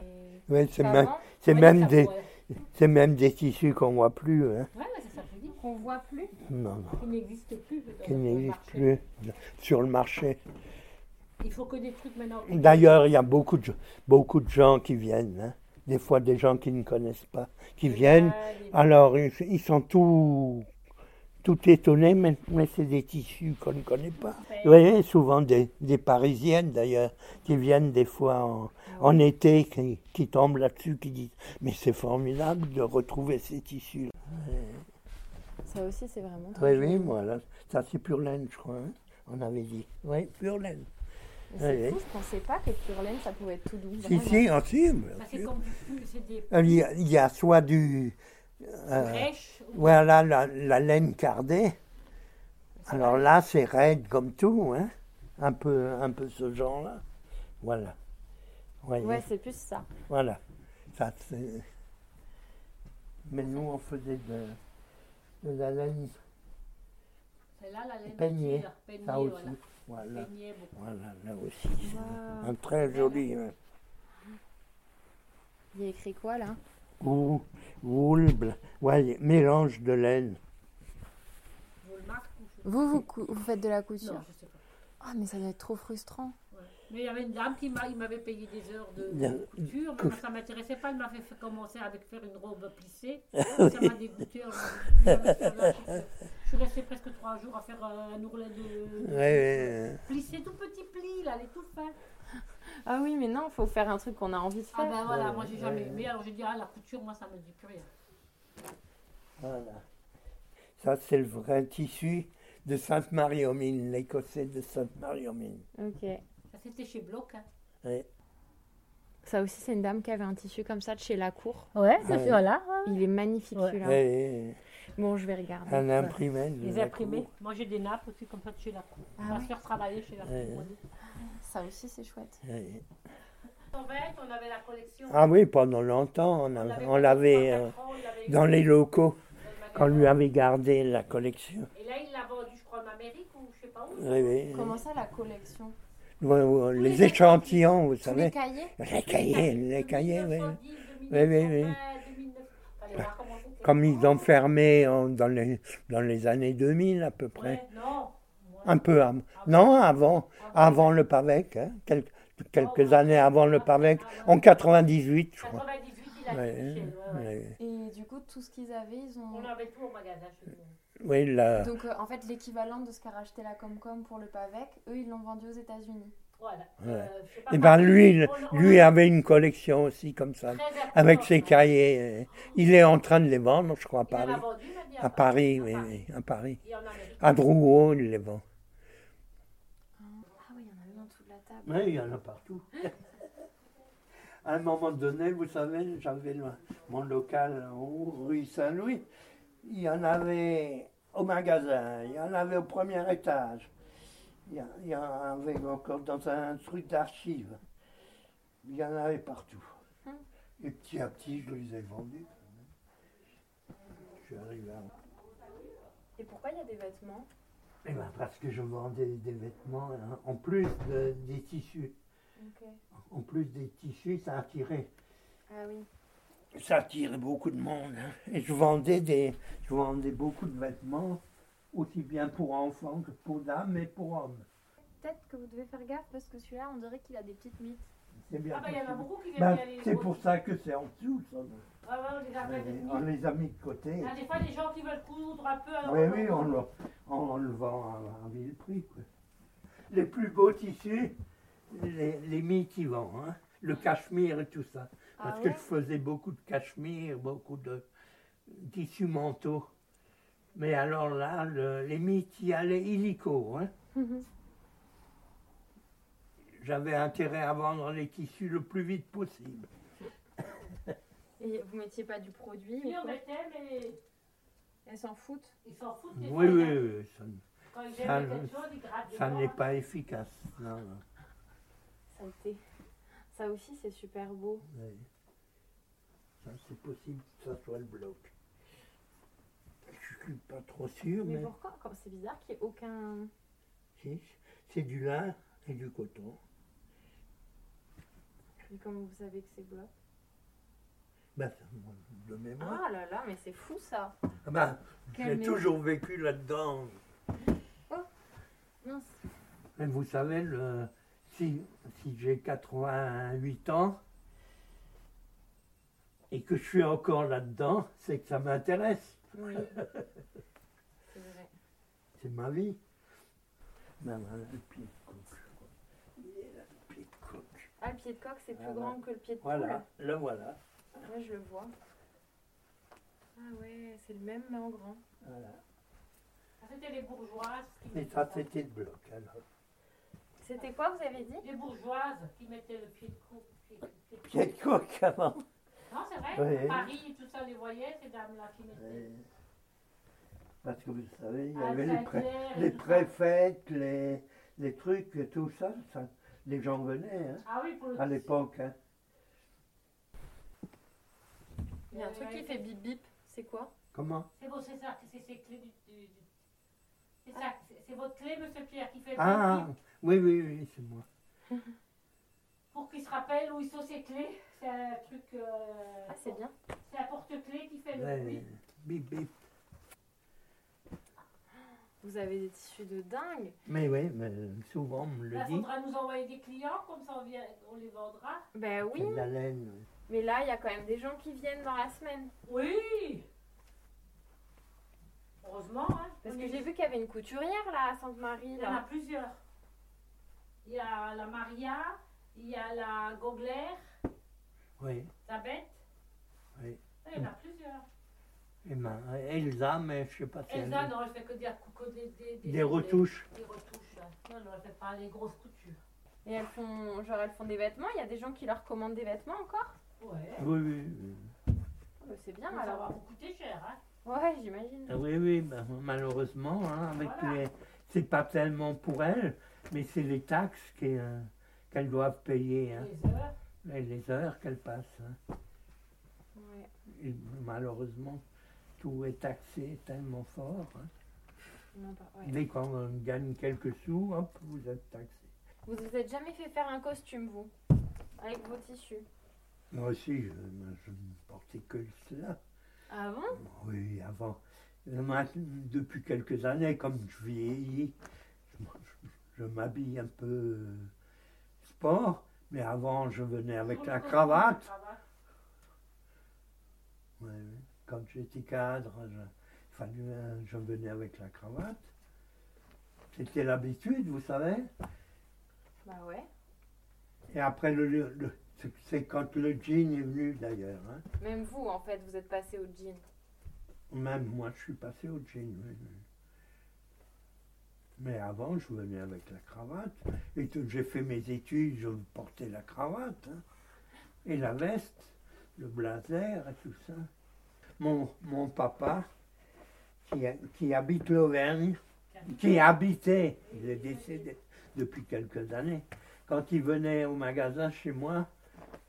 [SPEAKER 5] Ouais, c'est même,
[SPEAKER 7] savants
[SPEAKER 5] c'est
[SPEAKER 6] Ouais,
[SPEAKER 5] même
[SPEAKER 6] ça,
[SPEAKER 5] des,
[SPEAKER 6] Ouais,
[SPEAKER 5] c'est même des tissus qu'on voit plus. hein.
[SPEAKER 6] Ouais, ouais, c'est ça que je dis,
[SPEAKER 7] qu'on voit plus.
[SPEAKER 5] Non, non,
[SPEAKER 6] qui n'existe plus. dans
[SPEAKER 5] qui
[SPEAKER 6] le
[SPEAKER 5] n'existe
[SPEAKER 6] marché.
[SPEAKER 5] plus sur le marché.
[SPEAKER 6] Il faut que des trucs maintenant.
[SPEAKER 5] D'ailleurs, il y a beaucoup de, beaucoup de gens qui viennent. hein. Des fois, des gens qui ne connaissent pas, qui viennent.
[SPEAKER 6] Ah, les-
[SPEAKER 5] Alors, ils, ils sont tout, tout étonnés, mais, mais c'est des tissus qu'on ne connaît pas. Vous voyez, souvent des, des Parisiennes d'ailleurs, qui viennent des fois en, en été, qui, qui tombent là-dessus, qui disent Mais c'est formidable de retrouver ces tissus.
[SPEAKER 7] Ça aussi, c'est vraiment.
[SPEAKER 5] Oui, oui, voilà. Ça, c'est pure laine, je crois. hein, on avait dit. Oui, pure laine.
[SPEAKER 7] Mais C'est
[SPEAKER 5] Oui,
[SPEAKER 7] fou, je pensais pas que pure laine, ça pouvait être tout doux.
[SPEAKER 5] Si,
[SPEAKER 7] vraiment.
[SPEAKER 5] si, ah, si, bien
[SPEAKER 6] Bah, c'est
[SPEAKER 5] sûr. Euh,
[SPEAKER 6] comme du pull, c'est des
[SPEAKER 5] Il y a, il y a soit du. euh,
[SPEAKER 6] brèches. ou-
[SPEAKER 5] voilà, la, la laine cardée. Alors là, c'est raide comme tout, hein. Un peu, un peu ce genre-là. Voilà. Voyez.
[SPEAKER 7] Ouais, c'est plus ça.
[SPEAKER 5] Voilà. Ça, c'est- Mais nous, on faisait de, de la laine
[SPEAKER 6] Celle-là, la laine.
[SPEAKER 5] Peignée,
[SPEAKER 6] aussi, là, Peignée,
[SPEAKER 5] ça aussi.
[SPEAKER 6] voilà.
[SPEAKER 5] Voilà,
[SPEAKER 6] Peignée, beaucoup.
[SPEAKER 5] voilà là aussi. Un très joli. hein.
[SPEAKER 7] Il y a écrit quoi là
[SPEAKER 5] Ou- Wool, bl- ouais, mélange de laine.
[SPEAKER 6] Je vous le marque ou je-
[SPEAKER 7] Vous, vous, cou- vous faites de la couture.
[SPEAKER 6] Non, je sais pas.
[SPEAKER 7] Ah, mais ça doit être trop frustrant.
[SPEAKER 6] Mais il y avait une dame qui m'a- il m'avait payé des heures de,
[SPEAKER 5] Bien.
[SPEAKER 6] de couture, mais moi, ça ne m'intéressait pas. Elle m'avait fait commencer avec faire une robe
[SPEAKER 5] (laughs)
[SPEAKER 6] plissée. ça m'a dégoûté. Je suis restée presque trois jours à faire euh, un ourlet de.
[SPEAKER 5] Ouais, ouais,
[SPEAKER 6] Plissé, tout petit pli, là, les tout fins.
[SPEAKER 7] Ah oui, mais non, faut faire un truc qu'on a envie de
[SPEAKER 6] Ah
[SPEAKER 7] faire.
[SPEAKER 6] ben voilà, moi j'ai
[SPEAKER 5] ouais,
[SPEAKER 6] jamais
[SPEAKER 5] ouais.
[SPEAKER 6] aimé. Alors j'ai dit, ah la couture, moi ça me dit plus rien.
[SPEAKER 5] voilà. Ça, c'est le vrai tissu de Sainte-Marie-aux-Mines, l'écossais de Sainte-Marie-aux-Mines.
[SPEAKER 7] Ok.
[SPEAKER 6] Ça c'était chez Bloch. Hein.
[SPEAKER 7] Ça aussi, c'est une dame qui avait un tissu comme ça de chez Lacour.
[SPEAKER 6] Ouais,
[SPEAKER 5] ça, Ouais.
[SPEAKER 6] voilà.
[SPEAKER 7] Il est magnifique
[SPEAKER 6] Ouais.
[SPEAKER 7] celui-là.
[SPEAKER 5] Ouais,
[SPEAKER 7] Bon, je vais regarder.
[SPEAKER 5] un imprimé. de
[SPEAKER 6] Les
[SPEAKER 5] la
[SPEAKER 6] imprimés.
[SPEAKER 5] cour.
[SPEAKER 6] Moi j'ai des nappes aussi comme ça de chez la coupe.
[SPEAKER 7] Ah
[SPEAKER 6] Ma
[SPEAKER 7] ouais.
[SPEAKER 6] soeur travaillait chez la coupe.
[SPEAKER 5] Ouais.
[SPEAKER 7] Ça aussi, c'est chouette.
[SPEAKER 5] Ouais.
[SPEAKER 6] En fait, on avait la collection.
[SPEAKER 5] Ah oui, pendant longtemps, on, a-
[SPEAKER 6] l'avait
[SPEAKER 5] on l'avait euh,
[SPEAKER 6] pendant quatre ans, on l'avait
[SPEAKER 5] dans les locaux.
[SPEAKER 6] dans le magasin.
[SPEAKER 5] Quand lui avait gardé la collection.
[SPEAKER 6] Et là, il l'a vendu, je crois, en Amérique ou je sais pas où.
[SPEAKER 5] Oui, oui.
[SPEAKER 7] Comment ça, la collection
[SPEAKER 5] Ouais, ouais, Les échantillons, vous
[SPEAKER 7] Tous les
[SPEAKER 5] savez.
[SPEAKER 7] cahiers
[SPEAKER 5] Les cahiers, les cahiers, oui.
[SPEAKER 6] 1910,
[SPEAKER 5] Oui, oui, oui.
[SPEAKER 6] 1920, 2009. Fallait voir comment c'était.
[SPEAKER 5] Comme ils ont fermé en- dans, les, dans les années 2000 à peu près.
[SPEAKER 6] Ouais, non. Moi,
[SPEAKER 5] Un peu avant. Non, avant, avant le Pavec. hein, quel- quelques années avant le Pavec. En 98, je crois.
[SPEAKER 6] 98, il a
[SPEAKER 5] Ouais,
[SPEAKER 6] été chez lui, ouais, ouais.
[SPEAKER 5] ouais.
[SPEAKER 7] Et du coup, tout ce qu'ils avaient, ils ont.
[SPEAKER 6] On avait tout au magasin chez nous.
[SPEAKER 5] Oui, la-
[SPEAKER 7] Donc, euh, en fait, l'équivalent de ce qu'a racheté la Comcom pour le Pavec, eux, ils l'ont vendu aux États-Unis.
[SPEAKER 6] Voilà.
[SPEAKER 5] Ouais.
[SPEAKER 6] Euh, je sais pas
[SPEAKER 5] Et ben
[SPEAKER 6] pourquoi,
[SPEAKER 5] lui, il-
[SPEAKER 6] on- on
[SPEAKER 5] lui
[SPEAKER 6] a
[SPEAKER 5] avait une collection aussi comme ça,
[SPEAKER 6] très important,
[SPEAKER 5] avec ses
[SPEAKER 6] ouais.
[SPEAKER 5] cahiers. Il est en train de les vendre, je crois, à
[SPEAKER 6] Il en a
[SPEAKER 5] Paris.
[SPEAKER 6] vendu, Ah, il a dit,
[SPEAKER 5] À Paris, oui,
[SPEAKER 6] Paris.
[SPEAKER 5] oui, à Paris.
[SPEAKER 6] Et bah, en Amérique.
[SPEAKER 5] À Drouot, il les vend.
[SPEAKER 7] Ah oui, il y en a même en dessous de la table.
[SPEAKER 5] Oui, il y en a partout. À un moment donné, vous savez, j'avais le- mon local en haut, rue Saint-Louis. Il y en avait au magasin, il y en avait au premier étage, il y en- il y en avait encore dans un truc d'archives. Il y en avait partout.
[SPEAKER 7] Hum.
[SPEAKER 5] Et petit à petit, je les ai vendus. Je suis arrivé à
[SPEAKER 7] Et pourquoi il y a des vêtements
[SPEAKER 5] Eh ben, parce que je vendais des vêtements hein, en plus de- des tissus.
[SPEAKER 7] Ok.
[SPEAKER 5] En plus des tissus, ça attirait,
[SPEAKER 7] Ah oui.
[SPEAKER 5] ça attirait beaucoup de monde. hein. Et je vendais, des, je vendais beaucoup de vêtements aussi bien pour enfants que pour dames et pour hommes.
[SPEAKER 7] Peut-être que vous devez faire gaffe parce que celui-là, on dirait qu'il a des petites mites.
[SPEAKER 5] C'est bien
[SPEAKER 6] Ah bah il y en a
[SPEAKER 5] possible.
[SPEAKER 6] beaucoup qui aiment
[SPEAKER 5] Ben,
[SPEAKER 6] bien les
[SPEAKER 5] c'est
[SPEAKER 6] gros-
[SPEAKER 5] pour ça que c'est en dessous, ça.
[SPEAKER 6] Ah ouais, on les
[SPEAKER 5] Mais
[SPEAKER 6] appelle des
[SPEAKER 5] on
[SPEAKER 6] mites.
[SPEAKER 5] les a mis de côté.
[SPEAKER 6] Il y a des fois des gens qui veulent coudre un peu. alors
[SPEAKER 5] Ah Oui,
[SPEAKER 6] on-
[SPEAKER 5] oui, on le, on le vend à, à vil prix. quoi. Les plus beaux tissus, les, les mis qui vont, hein. le cachemire et tout ça. Parce
[SPEAKER 7] Ah
[SPEAKER 5] que
[SPEAKER 7] ouais
[SPEAKER 5] je faisais beaucoup de cachemire, beaucoup de tissus manteaux. Mais alors là, le- les mis qui allaient illico. hein.
[SPEAKER 7] Mhm.
[SPEAKER 5] J'avais intérêt à vendre les tissus le plus vite possible.
[SPEAKER 7] Et vous mettiez pas du produit ou
[SPEAKER 6] Oui, on
[SPEAKER 7] quoi
[SPEAKER 6] mettait, mais
[SPEAKER 7] Elles s'en foutent.
[SPEAKER 6] ils s'en foutent. des
[SPEAKER 5] Oui,
[SPEAKER 6] fois,
[SPEAKER 5] oui, oui, ça, n-
[SPEAKER 6] Quand ils
[SPEAKER 5] Ça
[SPEAKER 6] aiment
[SPEAKER 5] ne-
[SPEAKER 6] quelque chose, ils grattent
[SPEAKER 5] ça
[SPEAKER 6] dedans.
[SPEAKER 5] n'est pas efficace. non, non.
[SPEAKER 1] Ça, c'était- ça aussi, c'est super beau.
[SPEAKER 5] Oui. Ça, c'est possible que ça soit le bloc. Je suis pas trop sûr,
[SPEAKER 1] Mais
[SPEAKER 5] mais
[SPEAKER 1] pourquoi Comme- C'est bizarre qu'il n'y ait aucun.
[SPEAKER 5] si, c'est du lin et du coton.
[SPEAKER 1] Mais comment vous savez que c'est bloc
[SPEAKER 5] Ben, ça, me- de mémoire.
[SPEAKER 1] Ah là là, mais c'est fou ça
[SPEAKER 5] Ah ben,
[SPEAKER 7] Quelle
[SPEAKER 5] j'ai toujours vécu là-dedans.
[SPEAKER 7] Mince.
[SPEAKER 5] Mais vous savez, le- si, si j'ai 88 ans et que je suis encore là-dedans, c'est que ça m'intéresse. (laughs)
[SPEAKER 7] Oui. C'est vrai.
[SPEAKER 5] C'est ma vie. Ben, voilà, le pied de coq. Il est là, le pied de coq.
[SPEAKER 7] Ah, le pied de coq, c'est plus
[SPEAKER 5] Voilà.
[SPEAKER 7] grand que le pied de
[SPEAKER 5] Voilà, le voilà.
[SPEAKER 7] poule. Moi, je le vois. Ah ouais, c'est le même mais en grand.
[SPEAKER 5] voilà.
[SPEAKER 6] Ça, C'était les bourgeoises. qui
[SPEAKER 5] Et
[SPEAKER 6] mettaient
[SPEAKER 5] ça, c'était le bloc. Alors. (laughs)
[SPEAKER 7] C'était quoi, vous avez dit
[SPEAKER 6] Les bourgeoises qui mettaient le pied de cou. pied- pied de cou.
[SPEAKER 5] Pied de coq avant.
[SPEAKER 6] Non, c'est vrai.
[SPEAKER 5] Oui.
[SPEAKER 6] Paris et tout ça, on les voyait, ces dames-là qui mettaient.
[SPEAKER 5] Et- Parce que vous savez, il y
[SPEAKER 6] Ah,
[SPEAKER 5] avait
[SPEAKER 6] ça
[SPEAKER 5] les, pré-
[SPEAKER 6] éclaire et
[SPEAKER 5] les
[SPEAKER 6] tout ça.
[SPEAKER 5] préfètes, les, les trucs, et tout ça, ça- Les gens venaient hein,
[SPEAKER 6] Ah oui, pour le
[SPEAKER 5] à
[SPEAKER 6] tissu.
[SPEAKER 5] l'époque. hein.
[SPEAKER 7] Il y a un truc qui fait bip bip, c'est quoi
[SPEAKER 5] Comment
[SPEAKER 6] C'est bon, c'est ça, c'est ces clés du. du- du- C'est
[SPEAKER 7] Ah.
[SPEAKER 6] ça, c'est- c'est votre clé, monsieur Pierre, qui fait le
[SPEAKER 5] Ah,
[SPEAKER 6] bip-bip,
[SPEAKER 5] oui, oui, oui, c'est moi.
[SPEAKER 6] pour qu'il se rappelle où ils sont ses clés. C'est un truc. euh,
[SPEAKER 7] Ah, c'est bien.
[SPEAKER 6] C'est un porte-clé qui fait le
[SPEAKER 5] Ouais,
[SPEAKER 6] bruit.
[SPEAKER 5] bip, bip.
[SPEAKER 7] Vous avez des tissus de dingue.
[SPEAKER 5] Mais oui, mais souvent on me le
[SPEAKER 6] Là, il
[SPEAKER 5] dit.
[SPEAKER 6] faudra nous envoyer des clients, comme ça on, vient, on les vendra.
[SPEAKER 7] Ben oui.
[SPEAKER 5] C'est de la laine. ouais.
[SPEAKER 7] Mais là, il y a quand même des gens qui viennent dans la semaine.
[SPEAKER 6] Oui Heureusement, hein.
[SPEAKER 7] Parce
[SPEAKER 6] on
[SPEAKER 7] que
[SPEAKER 6] est-
[SPEAKER 7] j'ai vu qu'il y avait une couturière là à Sainte-Marie.
[SPEAKER 6] Il y en a
[SPEAKER 7] Là.
[SPEAKER 6] plusieurs. Il y a la Maria, il y a la Goglaire,
[SPEAKER 5] Oui,
[SPEAKER 6] la Bête.
[SPEAKER 5] oui.
[SPEAKER 6] Il y en a plusieurs.
[SPEAKER 5] Et ma- Elsa, mais je sais pas si elle-
[SPEAKER 6] Elsa, non, elle fait que des, que des, des,
[SPEAKER 5] Des retouches.
[SPEAKER 6] Des, retouches. hein. Non, non, elle fait pas des grosses coutures.
[SPEAKER 7] Et elles font, genre, elles font des vêtements. Il y a des gens qui leur commandent des vêtements encore.
[SPEAKER 6] Ouais.
[SPEAKER 5] Oui, oui, oui.
[SPEAKER 7] Euh, C'est bien
[SPEAKER 6] Mais ça Ah, va
[SPEAKER 7] alors.
[SPEAKER 6] vous coûter cher. Hein.
[SPEAKER 7] Ouais, j'imagine.
[SPEAKER 5] Oui, oui, ben, malheureusement, hein, avec
[SPEAKER 6] Voilà.
[SPEAKER 5] les- c'est pas tellement pour elles, mais c'est les taxes qu'elles qu'elles doivent payer, hein,
[SPEAKER 6] Les heures.
[SPEAKER 5] et les heures qu'elles passent. hein.
[SPEAKER 7] Ouais.
[SPEAKER 5] Et malheureusement, tout est taxé tellement fort. hein.
[SPEAKER 7] Non, pas- ouais.
[SPEAKER 5] Dès qu'on gagne quelques sous, hop, vous êtes taxé.
[SPEAKER 7] Vous vous êtes jamais fait faire un costume, vous Avec vos tissus
[SPEAKER 5] Moi aussi, je, je ne portais que cela.
[SPEAKER 7] Ah bon
[SPEAKER 5] Oui, avant. Maintenant, Depuis quelques années, comme je vieillis, je, m- je m'habille un peu euh, sport, mais avant, je venais avec la cravate. Ouais, ouais. Quand j'étais cadre, je, il fallait, euh, je venais avec la cravate. C'était l'habitude, vous savez.
[SPEAKER 7] Bah ouais.
[SPEAKER 5] Et après, le, le- le- c'est- c'est quand le jean est venu d'ailleurs. hein.
[SPEAKER 7] Même vous, en fait, vous êtes passé au jean.
[SPEAKER 5] Même moi, je suis passé au jean. oui, oui. Mais avant, je venais avec la cravate. Et tout- j'ai fait mes études, je portais la cravate. hein. Et la veste, le blazer et tout ça. Mon, mon papa, qui, a- qui habite l'Auvergne, qui habitait, il est décédé depuis quelques années, quand il venait au magasin chez moi,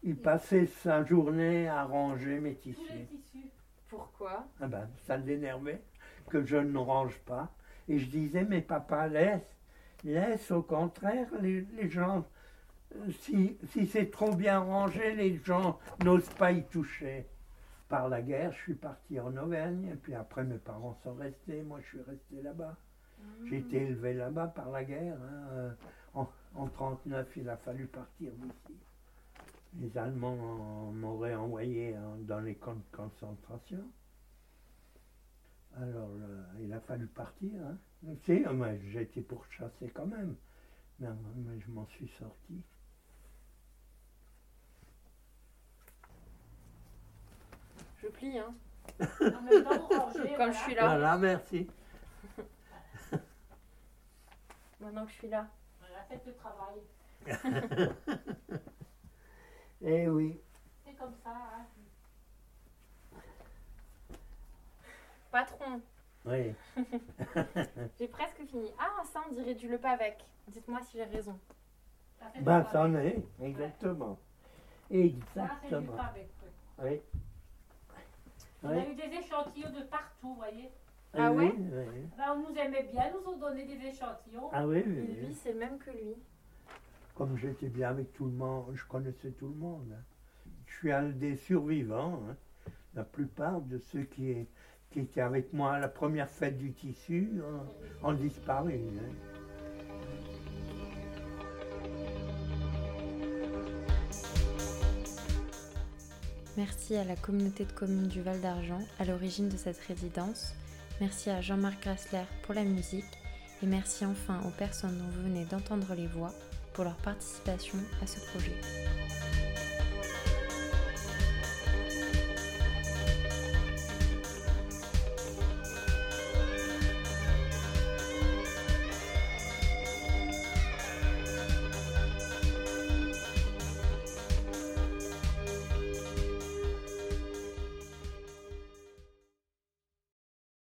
[SPEAKER 5] il passait sa journée à ranger mes
[SPEAKER 6] Tous
[SPEAKER 5] tissus.
[SPEAKER 6] les tissus.
[SPEAKER 7] Pourquoi
[SPEAKER 5] Ah ben, ça l'énervait que je ne range pas. Et je disais, mais papa, laisse, laisse au contraire les, les gens. Si, si c'est trop bien rangé, les gens n'osent pas y toucher. par la guerre, je suis parti en Auvergne, et puis après mes parents sont restés, moi je suis resté là-bas. J'ai été élevé là-bas par la guerre. hein, euh, En, en 39, il a fallu partir d'ici. Les Allemands m'auraient envoyé en- dans les camps de concentration. Alors, euh, il a fallu partir. hein. Si, euh, mais j'ai été pourchassé quand même. Mais, mais je m'en suis sorti.
[SPEAKER 1] Je plie, hein.
[SPEAKER 6] En même
[SPEAKER 7] (laughs)
[SPEAKER 6] temps, ranger,
[SPEAKER 1] Quand
[SPEAKER 6] voilà.
[SPEAKER 1] je suis là.
[SPEAKER 5] Voilà, merci.
[SPEAKER 1] Maintenant que je suis là.
[SPEAKER 6] Voilà, faites le travail.
[SPEAKER 5] Eh oui.
[SPEAKER 6] C'est comme ça. hein.
[SPEAKER 1] Patron,
[SPEAKER 5] Oui.
[SPEAKER 1] j'ai presque fini. Ah, ça, on dirait du le avec. Dites-moi si j'ai raison.
[SPEAKER 6] Bah, Ça fait le
[SPEAKER 5] Ben,
[SPEAKER 6] travail.
[SPEAKER 5] c'en est. Exactement.
[SPEAKER 6] Ça, c'est du
[SPEAKER 5] Exactement.
[SPEAKER 6] pavé, oui.
[SPEAKER 5] Oui.
[SPEAKER 6] On
[SPEAKER 5] Oui.
[SPEAKER 6] a eu des échantillons de partout, vous voyez.
[SPEAKER 1] Ah
[SPEAKER 5] Eh oui,
[SPEAKER 1] ouais
[SPEAKER 5] oui.
[SPEAKER 6] Ben, on nous aimait bien, nous ont donné des échantillons.
[SPEAKER 5] Ah oui,
[SPEAKER 1] Et
[SPEAKER 5] oui, oui.
[SPEAKER 1] lui, c'est le même que lui.
[SPEAKER 5] Comme j'étais bien avec tout le monde, je connaissais tout le monde. hein. Je suis un des survivants. hein. La plupart de ceux qui, qui étaient avec moi à la première fête du tissu
[SPEAKER 6] Ah.
[SPEAKER 5] euh, ont disparu. hein.
[SPEAKER 1] Merci à la communauté de communes du Val d'Argent à l'origine de cette résidence. Merci à Jean-Marc Grassler pour la musique. Et merci enfin aux personnes dont vous venez d'entendre les voix pour leur participation à ce projet.